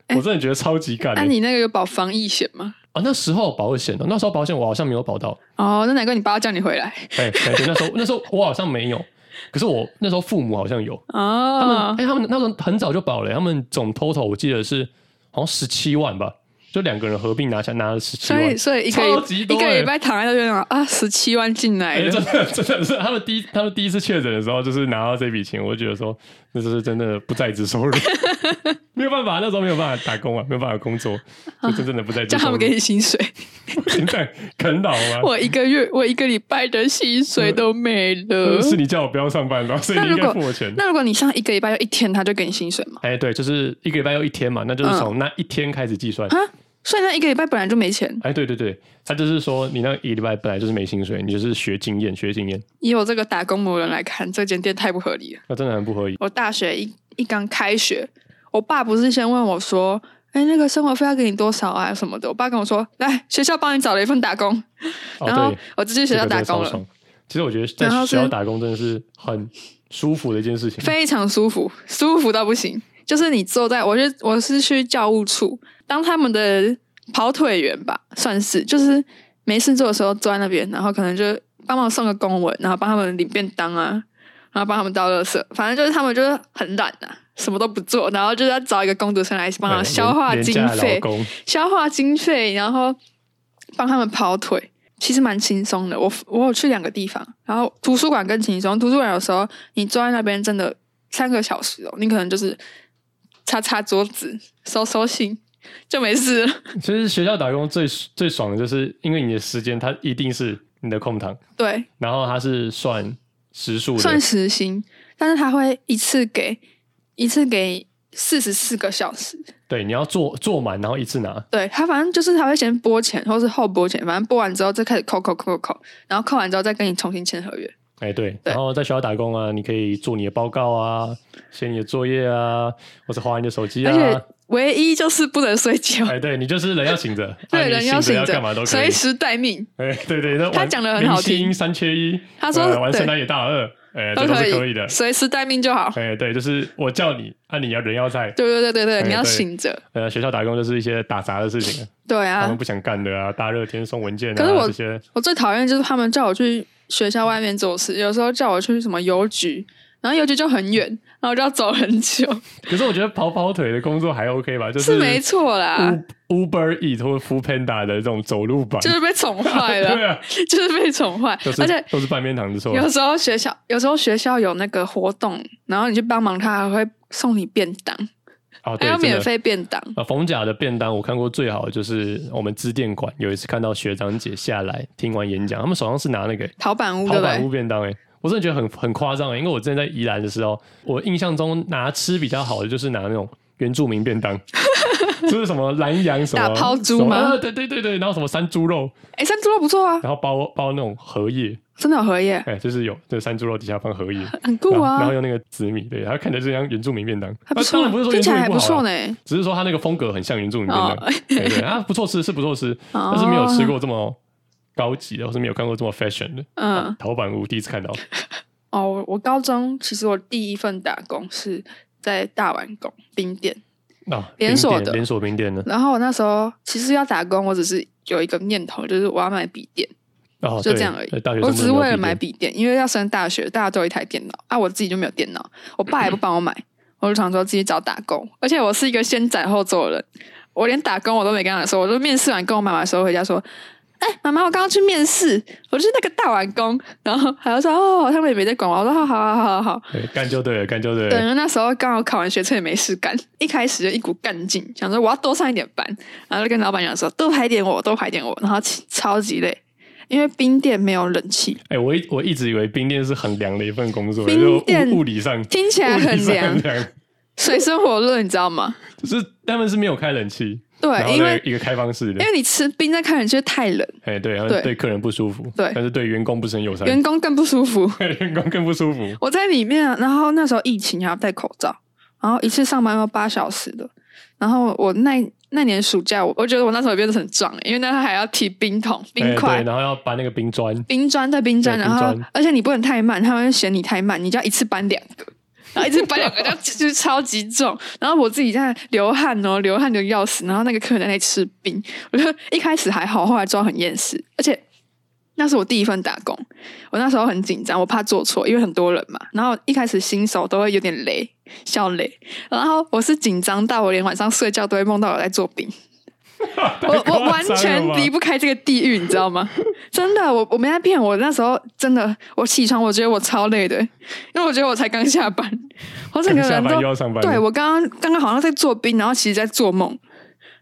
Speaker 2: 哎
Speaker 1: 我真的觉得超级干、
Speaker 2: 那、
Speaker 1: 欸。
Speaker 2: 啊你那个有保防疫险吗？
Speaker 1: 啊，那时候保险的，那时候保险我好像没有保到，
Speaker 2: 哦，那难怪你爸要叫你回来
Speaker 1: 哎、哎对，那时候那时候我好像没有，可是我那时候父母好像有，他们
Speaker 2: 哦
Speaker 1: 哎、。他们那时候很早就保了、他们总 total 我记得是好像十七万吧，就两个人合并拿下拿了十七
Speaker 2: 所
Speaker 1: 万，
Speaker 2: 以，所以一个礼
Speaker 1: 超级多
Speaker 2: 一个
Speaker 1: 欸
Speaker 2: 礼拜躺在那边啊，啊，十七万进来
Speaker 1: 哎、
Speaker 2: 了，
Speaker 1: 真的真的是他们第一他们第一次确诊的时候，就是拿到这笔钱，我就觉得说那就是真的不在职 收入，没有办法，那时候没有办法打工啊，没有办法工作，就真正的不在职
Speaker 2: 啊叫他
Speaker 1: 收入
Speaker 2: 们给，你 薪水。
Speaker 1: 现在啃老啊。
Speaker 2: 我一个月，我一个礼拜的薪水都没了。
Speaker 1: 呃是你叫我不要上 班吧，所以你应该付我钱。
Speaker 2: 呃那如果你上一个礼拜就一天，他就给你薪水嘛？
Speaker 1: 哎，对，就是一个礼拜要一天嘛，那就是
Speaker 2: 嗯
Speaker 1: 从那一天开始计算。
Speaker 2: 啊，所以那一个礼拜本来就没钱，
Speaker 1: 哎，对对对，他就是说你那一个礼拜本来就是没薪水，你就是学经验，学经验，
Speaker 2: 以我这个打工魔人来看，这间店太不合理了。
Speaker 1: 那真的很不合理。
Speaker 2: 我大学一一刚开学，我爸不是先问我说：“哎、那个生活费要给你多少啊？什么的？”我爸跟我说：“来，学校帮你找了一份打工。
Speaker 1: 哦，
Speaker 2: 然后
Speaker 1: 对，
Speaker 2: 我就去学
Speaker 1: 这
Speaker 2: 校
Speaker 1: 个真
Speaker 2: 打
Speaker 1: 的
Speaker 2: 工
Speaker 1: 超
Speaker 2: 了，
Speaker 1: 爽。其实我觉得在
Speaker 2: 然后
Speaker 1: 学
Speaker 2: 是
Speaker 1: 校打工真的是很舒服的一件事情。
Speaker 2: 非常舒服，舒服到不行。就是你坐在，我就我是去教务处当他们的跑腿员吧，算是就是没事做的时候坐在那边，然后可能就帮忙送个公文，然后帮他们领便当啊，然后帮他们倒垃圾，反正就是他们就是很懒啊，什么都不做，然后就是要找一个工读生来帮
Speaker 1: 哎
Speaker 2: 忙消化
Speaker 1: 廉廉
Speaker 2: 经
Speaker 1: 价劳
Speaker 2: 费，
Speaker 1: 工
Speaker 2: 消化经费，然后帮他们跑腿，其实蛮轻松的。我我有去两个地方，然后图书馆更轻松。图书馆有时候你坐在那边真的三个小时哦，你可能就是擦擦桌子、收收信就没事了。
Speaker 1: 其实学校打工最最爽的就是，因为你的时间它一定是你的空堂，
Speaker 2: 对，
Speaker 1: 然后它是算时数的，
Speaker 2: 算时薪，但是他会一次给一次给四十四个小时。
Speaker 1: 对，你要做做满，然后一次拿。
Speaker 2: 对他反正就是他会先拨钱，或是后拨钱，反正拨完之后再开始扣扣扣扣扣，然后扣完之后再跟你重新签合约。
Speaker 1: 哎，对，
Speaker 2: 对
Speaker 1: 然后在学校打工啊，你可以做你的报告啊，写你的作业啊，或者划你的手机
Speaker 2: 而
Speaker 1: 啊
Speaker 2: 且。唯一就是不能睡觉，
Speaker 1: 哎，对你就是人要醒着，啊
Speaker 2: 对，
Speaker 1: 你
Speaker 2: 人要
Speaker 1: 醒
Speaker 2: 醒
Speaker 1: 要干嘛都
Speaker 2: 着，
Speaker 1: 可以
Speaker 2: 随。时待命。
Speaker 1: 哎，对对，那
Speaker 2: 他
Speaker 1: 玩
Speaker 2: 讲得很好听
Speaker 1: 明星三缺一，
Speaker 2: 他说
Speaker 1: 呃玩
Speaker 2: 对
Speaker 1: 圣诞夜大二，哎，
Speaker 2: 都
Speaker 1: 这都是
Speaker 2: 可
Speaker 1: 以的。
Speaker 2: 随时待命就好。
Speaker 1: 哎，对，就是我叫你，啊，你要人要在。
Speaker 2: 对对对对
Speaker 1: 哎
Speaker 2: 对，你要
Speaker 1: 对
Speaker 2: 醒着。
Speaker 1: 呃，学校打工就是一些打杂的事情，
Speaker 2: 对
Speaker 1: 他
Speaker 2: 啊
Speaker 1: 们，不想干的啊，大热天送文件啊
Speaker 2: 可是我
Speaker 1: 这些。
Speaker 2: 我最讨厌就是他们叫我去学校外面做事，有时候叫我去什么邮局，然后邮局就很远，然后我就要走很久，
Speaker 1: 可是我觉得跑跑腿的工作还 OK 吧，就是嗯
Speaker 2: 没错啊啦，
Speaker 1: U- Uber Eat 或 Food Panda 的这种走路版
Speaker 2: 就。是被宠坏了，
Speaker 1: 对啊，
Speaker 2: 就是被宠坏
Speaker 1: 都，是
Speaker 2: 而且。
Speaker 1: 都是半边糖的错。
Speaker 2: 有时候学校有时候学校有那个活动，然后你去帮忙，他还会送你便当，
Speaker 1: 哦，
Speaker 2: 还
Speaker 1: 对，
Speaker 2: 有
Speaker 1: 真的
Speaker 2: 免费便当。
Speaker 1: 啊，冯甲的便当我看过最好的就是我们支电馆有一次看到学长姐下来听完演讲，他们手上是拿那个
Speaker 2: 陶板嗯屋对
Speaker 1: 陶
Speaker 2: 不
Speaker 1: 板屋
Speaker 2: 对？
Speaker 1: 便当、欸，我真的觉得很很夸张、欸，因为我之前在宜兰的时候，我印象中拿吃比较好的就是拿那种原住民便当， 就是什么蓝羊什么
Speaker 2: 打抛猪
Speaker 1: 什么
Speaker 2: 吗
Speaker 1: 啊对对对对，然后什么山猪肉，
Speaker 2: 哎，山猪肉不错啊，
Speaker 1: 然后包包那种荷叶，
Speaker 2: 真的有荷叶，
Speaker 1: 哎、就是有这山猪肉底下放荷叶。
Speaker 2: 很酷
Speaker 1: 然后然
Speaker 2: 啊
Speaker 1: 后，用那个紫米，对，它看起来就像原住民便当，
Speaker 2: 还不
Speaker 1: 啊当
Speaker 2: 错
Speaker 1: 然不是，说
Speaker 2: 听
Speaker 1: 原
Speaker 2: 起
Speaker 1: 住民
Speaker 2: 来还
Speaker 1: 不好
Speaker 2: 错
Speaker 1: 啊
Speaker 2: 呢。
Speaker 1: 只是说它那个风格很像原住民便当，
Speaker 2: 哦
Speaker 1: 对对，它不错吃是不错 吃，但是没有吃过这么高级的，或是没有看过这么 fashion 的。
Speaker 2: 嗯，
Speaker 1: 陶板屋第一次看到，
Speaker 2: 哦，我我高中其实我第一份打工是在大碗工冰店，
Speaker 1: 那、
Speaker 2: 连
Speaker 1: 冰
Speaker 2: 锁
Speaker 1: 哦店
Speaker 2: 的
Speaker 1: 连锁冰店呢？
Speaker 2: 然后我那时候其实要打工，我只是有一个念头，就是我要买笔电，
Speaker 1: 哦，
Speaker 2: 就
Speaker 1: 对
Speaker 2: 这样而已
Speaker 1: 对大学。生
Speaker 2: 我只是
Speaker 1: 不能
Speaker 2: 为了
Speaker 1: 有
Speaker 2: 买
Speaker 1: 笔
Speaker 2: 笔电，因为要升大学，大家都有一台电脑啊，我自己就没有电脑，我爸也不帮 我买，我就想说自己找打工，而且我是一个先斩后奏的人，我连打工我都没跟他说，我就面试完跟我妈妈说回家说。哎、妈妈，我刚刚去面试，我去那个大完工，然后还要说哦，他们也没在管我。我说好好好好好，
Speaker 1: 电，对干就对了，干就对
Speaker 2: 对，
Speaker 1: 了。
Speaker 2: 因为那时候刚好考完学测也没事干，一开始就一股干劲，想说我要多上一点班，然后就跟老板讲说多排一点我，多排一点我，然后其超级累，因为冰店没有冷气，
Speaker 1: 哎、我一我一直以为冰店是很凉的一份工作，
Speaker 2: 冰
Speaker 1: 就
Speaker 2: 店
Speaker 1: 物物理上
Speaker 2: 听起来
Speaker 1: 物理
Speaker 2: 很
Speaker 1: 上
Speaker 2: 凉
Speaker 1: 很，凉，
Speaker 2: 水深火热，你知道吗？
Speaker 1: 就是他们是没有开冷气，然
Speaker 2: 对，
Speaker 1: 后
Speaker 2: 因
Speaker 1: 在
Speaker 2: 为
Speaker 1: 一个开放式的
Speaker 2: 因，为你吃冰在看冷气太冷，
Speaker 1: 哎、对，然后
Speaker 2: 对
Speaker 1: 对客人不舒服，
Speaker 2: 对
Speaker 1: 但是对员工不是很友善，
Speaker 2: 员工更不舒服。
Speaker 1: 员工更不舒服。
Speaker 2: 我在里面啊，然后那时候疫情还要戴口罩，然后一次上班要八小时的。然后我那那年暑假，我我觉得我那时候也变得很壮，因为那时候还要提冰桶、冰
Speaker 1: 哎
Speaker 2: 块
Speaker 1: 对，、然后要搬那个冰砖，
Speaker 2: 冰砖对冰砖，
Speaker 1: 对
Speaker 2: 然后
Speaker 1: 冰砖
Speaker 2: 而且你不能太慢，他们会嫌你太慢，你就要一次搬两个，然后一次搬两个 就就是超级重。然后我自己在流汗哦，流汗流得要死，然后那个客人在那里吃冰，我就一开始还好，后来之后很厌世，而且。那是我第一份打工，我那时候很紧张，我怕做错，因为很多人嘛。然后一开始新手都会有点累，小累。然后我是紧张到我连晚上睡觉都会梦到我在做冰，我我完全离不开这个地狱，你知道吗？ 真的，我我没在骗我，那时候真的，我起床我觉得我超累的，因为我觉得我才刚下班，我整个
Speaker 1: 刚下
Speaker 2: 人
Speaker 1: 班
Speaker 2: 都
Speaker 1: 又要上班
Speaker 2: 对我刚刚刚刚好像在做兵，然后其实在做梦，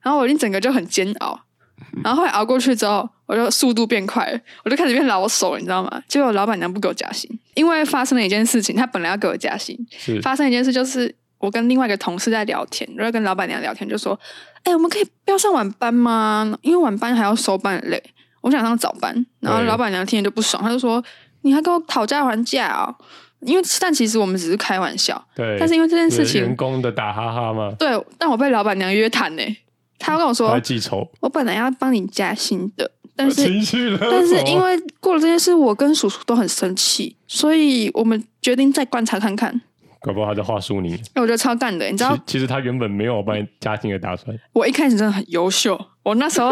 Speaker 2: 然后我一整个就很煎熬，
Speaker 1: 嗯
Speaker 2: 然后后来熬过去之后，我就速度变快了，我就开始变老手，你知道吗？结果老板娘不给我加薪，因为发生了一件事情，她本来要给我加薪，
Speaker 1: 是
Speaker 2: 发生一件事，就是我跟另外一个同事在聊天，然后跟老板娘聊天，就说：“哎、我们可以不要上晚班吗？因为晚班还要收班很累，我想上早班。”然后
Speaker 1: 对
Speaker 2: 老板娘听了就不爽，她就说：“你还跟我讨价还价啊、因为但其实我们只是开玩笑，
Speaker 1: 对，
Speaker 2: 但是因为这件事
Speaker 1: 员
Speaker 2: 情，
Speaker 1: 工的打哈哈嘛，
Speaker 2: 对，但我被老板娘约谈呢、她跟我
Speaker 1: 他
Speaker 2: 说
Speaker 1: 记仇，：“
Speaker 2: 我本来要帮你加薪的，但是
Speaker 1: 情绪了，
Speaker 2: 但是因为过了这件事，我跟叔叔都很生气，所以我们决定再观察看看。”
Speaker 1: 搞不好他在话术你，其
Speaker 2: 哎，我觉得超干的，你知道
Speaker 1: 其实他原本没有帮你加薪的打算，
Speaker 2: 我一开始真的很优秀，我那时候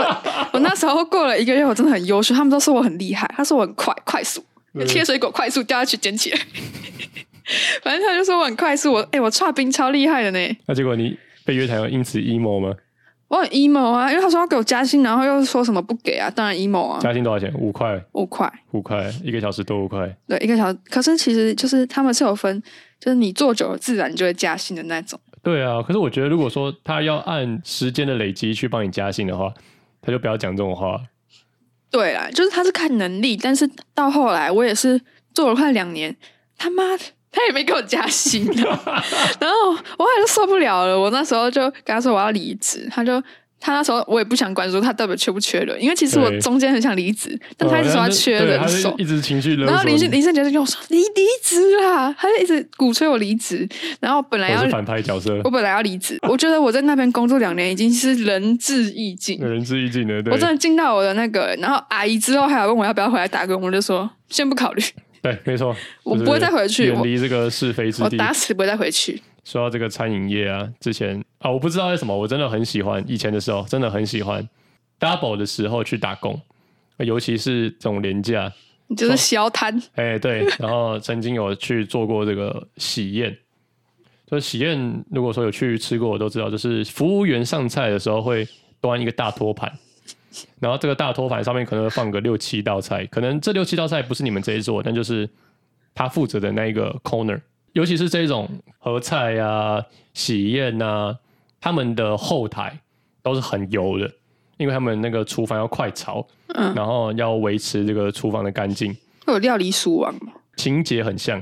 Speaker 2: 我那时候过了一个月，我真的很优秀，他们都说我很厉害，他说我很快快速
Speaker 1: 对，
Speaker 2: 切水果快速掉下去捡起来， 反正他就说我很快速，我哎、我差冰超厉害的呢，
Speaker 1: 那结果你被约谈有因此 emo 吗？
Speaker 2: 我很 emo 啊，因为他说要给我加薪，然后又说什么不给啊，当然 emo 啊，
Speaker 1: 加薪多少钱？五块，
Speaker 2: 五块
Speaker 1: 五块，一个小时多五块，
Speaker 2: 对一个小时，可是其实就是他们是有分，就是你做久了自然就会加薪的那种，
Speaker 1: 对啊，可是我觉得，如果说他要按时间的累积去帮你加薪的话，他就不要讲这种话。
Speaker 2: 对啦，就是他是看能力，但是到后来我也是做了快两年，他妈的他也没给我加薪 啊，然后我后来就受不了了，我那时候就跟他说我要离职，他就。他那时候我也不想管说他到底缺不缺人，因为其实我
Speaker 1: 对
Speaker 2: 中间很想离职，但他一直说
Speaker 1: 哦
Speaker 2: 缺
Speaker 1: 对
Speaker 2: 人
Speaker 1: 他是
Speaker 2: 手，
Speaker 1: 一直情绪勒索你。
Speaker 2: 然后林俊林俊杰就跟我说离离职啦，他就一直鼓吹我离职，然后本来
Speaker 1: 啊我
Speaker 2: 要
Speaker 1: 是反派角色
Speaker 2: 我，本来要离职，我觉得我在那边工作两年已经是仁至义尽，
Speaker 1: 仁至义尽的，对
Speaker 2: 我真的进到我的那个，然后阿姨之后还有问我要不要回来打工，我就说先不考虑，
Speaker 1: 对，没错，
Speaker 2: 我
Speaker 1: 就是
Speaker 2: 不会再回去
Speaker 1: 远
Speaker 2: 我
Speaker 1: 离这个是非之
Speaker 2: 我
Speaker 1: 地。
Speaker 2: 打死不会再回去。
Speaker 1: 说到这个餐饮业啊，之前啊，我不知道为什么，我真的很喜欢以前的时候，真的很喜欢 double 的时候去打工，尤其是这种廉价，哦
Speaker 2: 你就是消摊，
Speaker 1: 哎、对，然后曾经有去做过这个喜宴，就是喜宴，如果说有去吃过，我都知道，就是服务员上菜的时候会端一个大托盘，然后这个大托盘上面可能会放个六七道菜，可能这六七道菜不是你们这一桌，但就是他负责的那一个 corner，尤其是这种合菜啊、喜宴啊，他们的后台都是很油的，因为他们那个厨房要快炒，
Speaker 2: 嗯
Speaker 1: 然后要维持这个厨房的干净。
Speaker 2: 会有料理鼠王嘛？
Speaker 1: 情节很 像，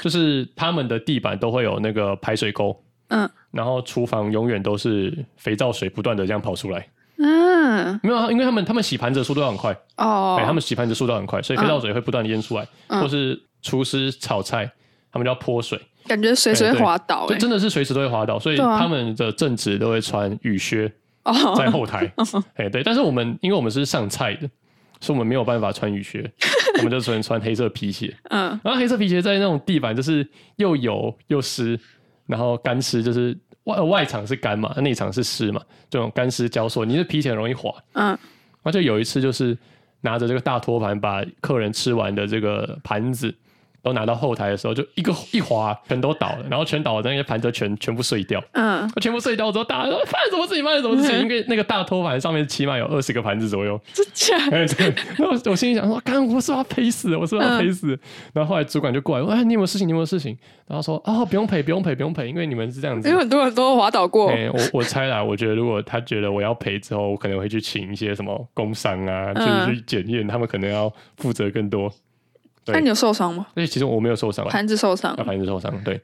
Speaker 1: 就是他们的地板都会有那个排水沟，
Speaker 2: 嗯
Speaker 1: 然后厨房永远都是肥皂水不断的这样跑出来。
Speaker 2: 嗯
Speaker 1: 没有啊，因为他们他们洗盘子的速度要很快，哎、他
Speaker 2: 哦，
Speaker 1: 们洗盘子速度要很快，所以肥皂水会不断的淹出来，
Speaker 2: 嗯
Speaker 1: 或是厨师炒菜，他们就要泼水，
Speaker 2: 感觉随时会滑倒
Speaker 1: 就
Speaker 2: 哎、
Speaker 1: 真的是随时都会滑倒，所以
Speaker 2: 对啊
Speaker 1: 他们的正职都会穿雨靴在
Speaker 2: 哦，
Speaker 1: 后 台。哎、对，但是我们因为我们是上菜的，所以我们没有办法穿雨 靴，我们就只能穿黑色皮鞋。
Speaker 2: 嗯
Speaker 1: 然后黑色皮鞋在那种地板就是又油又湿，然后干湿就是外呃外场是干嘛，内场是湿嘛，这种干湿交错，你的皮鞋很容易滑。
Speaker 2: 嗯
Speaker 1: 然后就有一次就是拿着这个大托盘把客人吃完的这个盘子都拿到后台的时候，就一个一滑全都倒了，然后全倒了，那些盘子全全部碎掉。
Speaker 2: 嗯，
Speaker 1: 全部碎掉之后，大家说发生什么事情？发生什么事情？因为那个大托盘上面起码有二十个盘子左右，
Speaker 2: 真假？
Speaker 1: 哎，对。然后我心里想说，干，我是不是要赔死了，我是不是
Speaker 2: 嗯
Speaker 1: 要赔死了。然后后来主管就过来，哎，你有没有事情？你有没有事情？然后说，哦，不用赔，不用赔，不用赔，因为你们是这样子
Speaker 2: 因为。很多人都滑倒过，
Speaker 1: 哎，我我猜啦，我觉得如果他觉得我要赔之后，我可能会去请一些什么工伤啊，就是
Speaker 2: 嗯
Speaker 1: 去检验，他们可能要负责更多。对
Speaker 2: 那你有受伤吗？
Speaker 1: 而且其实我没有受伤啊，
Speaker 2: 盘子受伤
Speaker 1: 那，盘子受伤，对。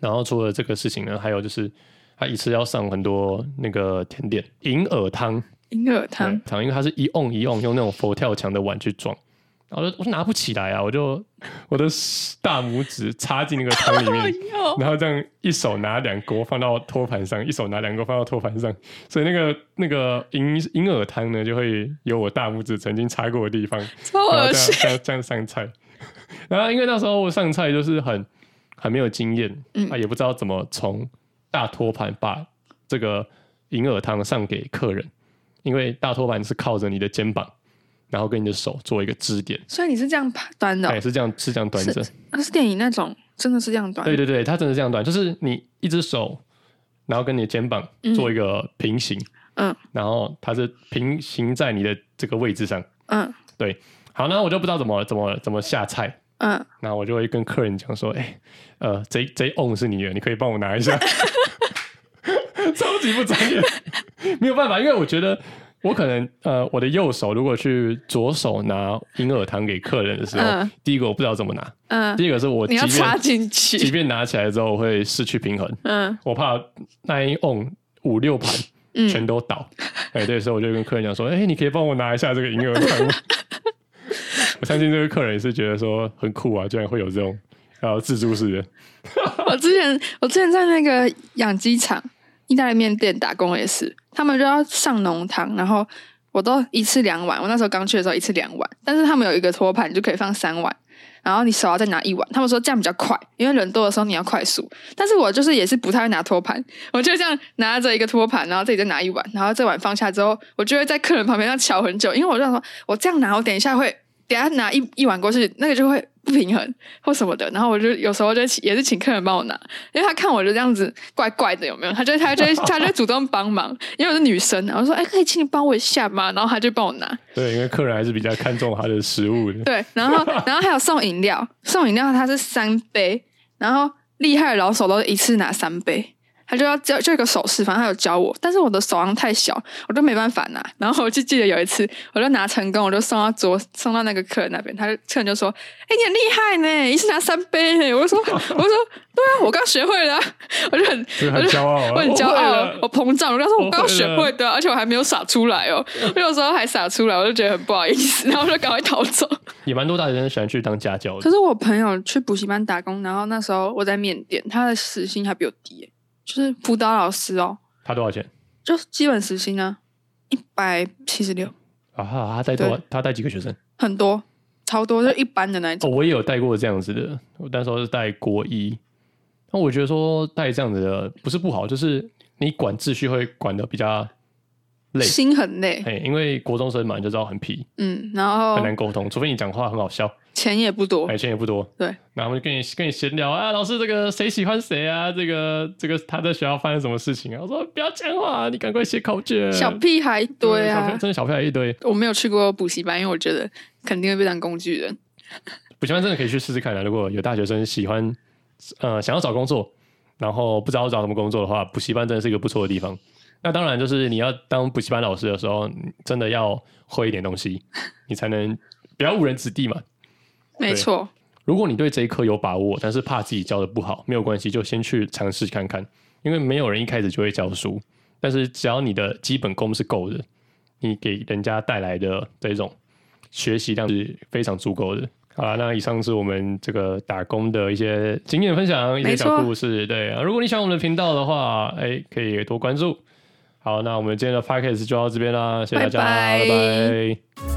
Speaker 1: 然后除了这个事情呢，还有就是他一次要上很多那个甜点，银耳汤，
Speaker 2: 银耳汤嗯
Speaker 1: 对，糖，因为它是一瓮一瓮用那种佛跳墙的碗去装，然后我就我就拿不起来啊，我就 我的大拇指插进那个汤里面，
Speaker 2: 哟，
Speaker 1: 然后这样一手拿两锅放到托盘上，一手拿两锅放到托盘上，所以那个那个银银耳汤呢，就会有我大拇指曾经插过的地方，
Speaker 2: 超
Speaker 1: 然后这
Speaker 2: 恶
Speaker 1: 样
Speaker 2: 心。
Speaker 1: 这样这样上菜。然后因为那时候我上菜就是很很没有经验，
Speaker 2: 嗯
Speaker 1: 啊，也不知道怎么从大托盘把这个银耳汤上给客人，因为大托盘是靠着你的肩膀，然后跟你的手做一个支点，
Speaker 2: 所以你是这样端的
Speaker 1: 哎、
Speaker 2: 哦、
Speaker 1: 是这样是这样端着，
Speaker 2: 那是电影那种，真的是这样端。
Speaker 1: 对对对，它真的是这样端，就是你一只手，然后跟你的肩膀
Speaker 2: 嗯
Speaker 1: 做一个平行，
Speaker 2: 嗯
Speaker 1: 然后它是平行在你的这个位置上，
Speaker 2: 嗯
Speaker 1: 好，那我就不知道怎么怎么怎么下菜，
Speaker 2: 嗯，
Speaker 1: 那我就会跟客人讲说，哎、呃，这这 on 是你的，你可以帮我拿一下， 超级不专业， 没有办法，因为我觉得我可能呃，我的右手如果去左手拿银耳糖给客人的时候，
Speaker 2: 嗯
Speaker 1: 第一个我不知道怎么拿，
Speaker 2: 嗯，
Speaker 1: 第二个是我即
Speaker 2: 你要插
Speaker 1: 便
Speaker 2: 进
Speaker 1: 即
Speaker 2: 去。
Speaker 1: 便拿起来之后我会失去平衡，
Speaker 2: 嗯
Speaker 1: 我怕那一 on 五六盘全
Speaker 2: 嗯，
Speaker 1: 都倒，哎、对，所以我就跟客人讲说，哎、你可以帮我拿一下这个银耳汤吗？ 我相信这个客人也是觉得说很酷啊，居然会有这种呃自助式的，
Speaker 2: 我之前我之前在那个养鸡场意大利面店打工也是，他们就要上浓汤，然后我都一次两碗。我那时候刚去的时候一次两碗，但是他们有一个托盘，你就可以放三碗。然后你手要再拿一碗，他们说这样比较快，因为人多的时候你要快速。但是我就是也是不太会拿托盘，我就这样拿着一个托盘，然后自己再拿一碗，然后这碗放下之后，我就会在客人旁边这样瞧很久，因为我就想说，我这样拿，我等一下会，等一下拿一一碗过去，那个就会不平衡或什么的。然后我就有时候就请也是请客人帮我拿，因为他看我就这样子怪怪的，有没有？他就他就他就主动帮忙，因为我是女生，然后说哎、可以请你帮我一下吗？然后他就帮我拿，
Speaker 1: 对，因为客人还是比较看重他的食物的。
Speaker 2: 对，然后然后还有送饮料，送饮料它是三杯，然后厉害的老手都一次拿三杯，他就要教就有一个手势，反正他有教我，但是我的手好像太小，我都没办法拿。然后我就记得有一次，我就拿成功，我就送到桌送到那个客人那边，他就客人就说：“哎、你很厉害呢，一次拿三杯呢。”我就说：“我就说对啊，我刚学会了啊、我就很
Speaker 1: 这个很骄傲啊
Speaker 2: 我很骄
Speaker 1: 我会
Speaker 2: 傲哦
Speaker 1: 了，
Speaker 2: 我膨胀，我跟他说
Speaker 1: 我
Speaker 2: 我刚
Speaker 1: 会
Speaker 2: 学
Speaker 1: 了
Speaker 2: 会的啊，而且我还没有洒出来哦，我有时候还洒出来，我就觉得很不好意思，然后我就赶快逃走。”
Speaker 1: 也蛮多大学生喜欢去当家教的
Speaker 2: 可，是我朋友去补习班打工，然后那时候我在缅甸，他的时薪还比我低耶、就是辅导老师哦，
Speaker 1: 他多少钱
Speaker 2: 就是基本时薪呢一百七十六，
Speaker 1: 啊？他带多
Speaker 2: 对
Speaker 1: 他带几个学生？
Speaker 2: 很多，超多，就一般的那一
Speaker 1: 哦，
Speaker 2: 种。
Speaker 1: 我也有带过这样子的，我那时候是带国一。那我觉得说带这样子的不是不好，就是你管秩序会管的比较累，
Speaker 2: 心很累，
Speaker 1: 哎、因为国中生嘛，你就知道很皮，
Speaker 2: 嗯，然后
Speaker 1: 很难沟通，除非你讲话很好笑。
Speaker 2: 钱也不多
Speaker 1: 哎，，钱也不多。
Speaker 2: 哦对，
Speaker 1: 然后他们就跟你跟你闲聊啊，老师这个谁喜欢谁啊？这个这个他在学校发生什么事情啊？我说不要讲话，啊你赶快写考卷。
Speaker 2: 小屁孩一堆
Speaker 1: 小屁
Speaker 2: 啊。
Speaker 1: 真的小屁孩一堆。
Speaker 2: 我没有去过补习班，因为我觉得肯定会被当工具人。
Speaker 1: 补习班真的可以去试试看啊！如果有大学生喜欢呃想要找工作，然后不知道找什么工作的话，补习班真的是一个不错的地方。那当然，就是你要当补习班老师的时候，你真的要会一点东西，你才能不要误人子弟嘛。
Speaker 2: 没
Speaker 1: 对
Speaker 2: 错，
Speaker 1: 如果你对这一科有把握，但是怕自己教的不好，没有关系，就先去尝试看看，因为没有人一开始就会教书，但是只要你的基本功是够的，你给人家带来的这种学习量是非常足够的。好了，那以上是我们这个打工的一些经验分享，一些
Speaker 2: 没错
Speaker 1: 小故事。对啊，如果你喜欢我们的频道的话，哎、可以多关注。好，那我们今天的 podcast 就到这边啦，谢谢大家，
Speaker 2: 拜拜
Speaker 1: 拜拜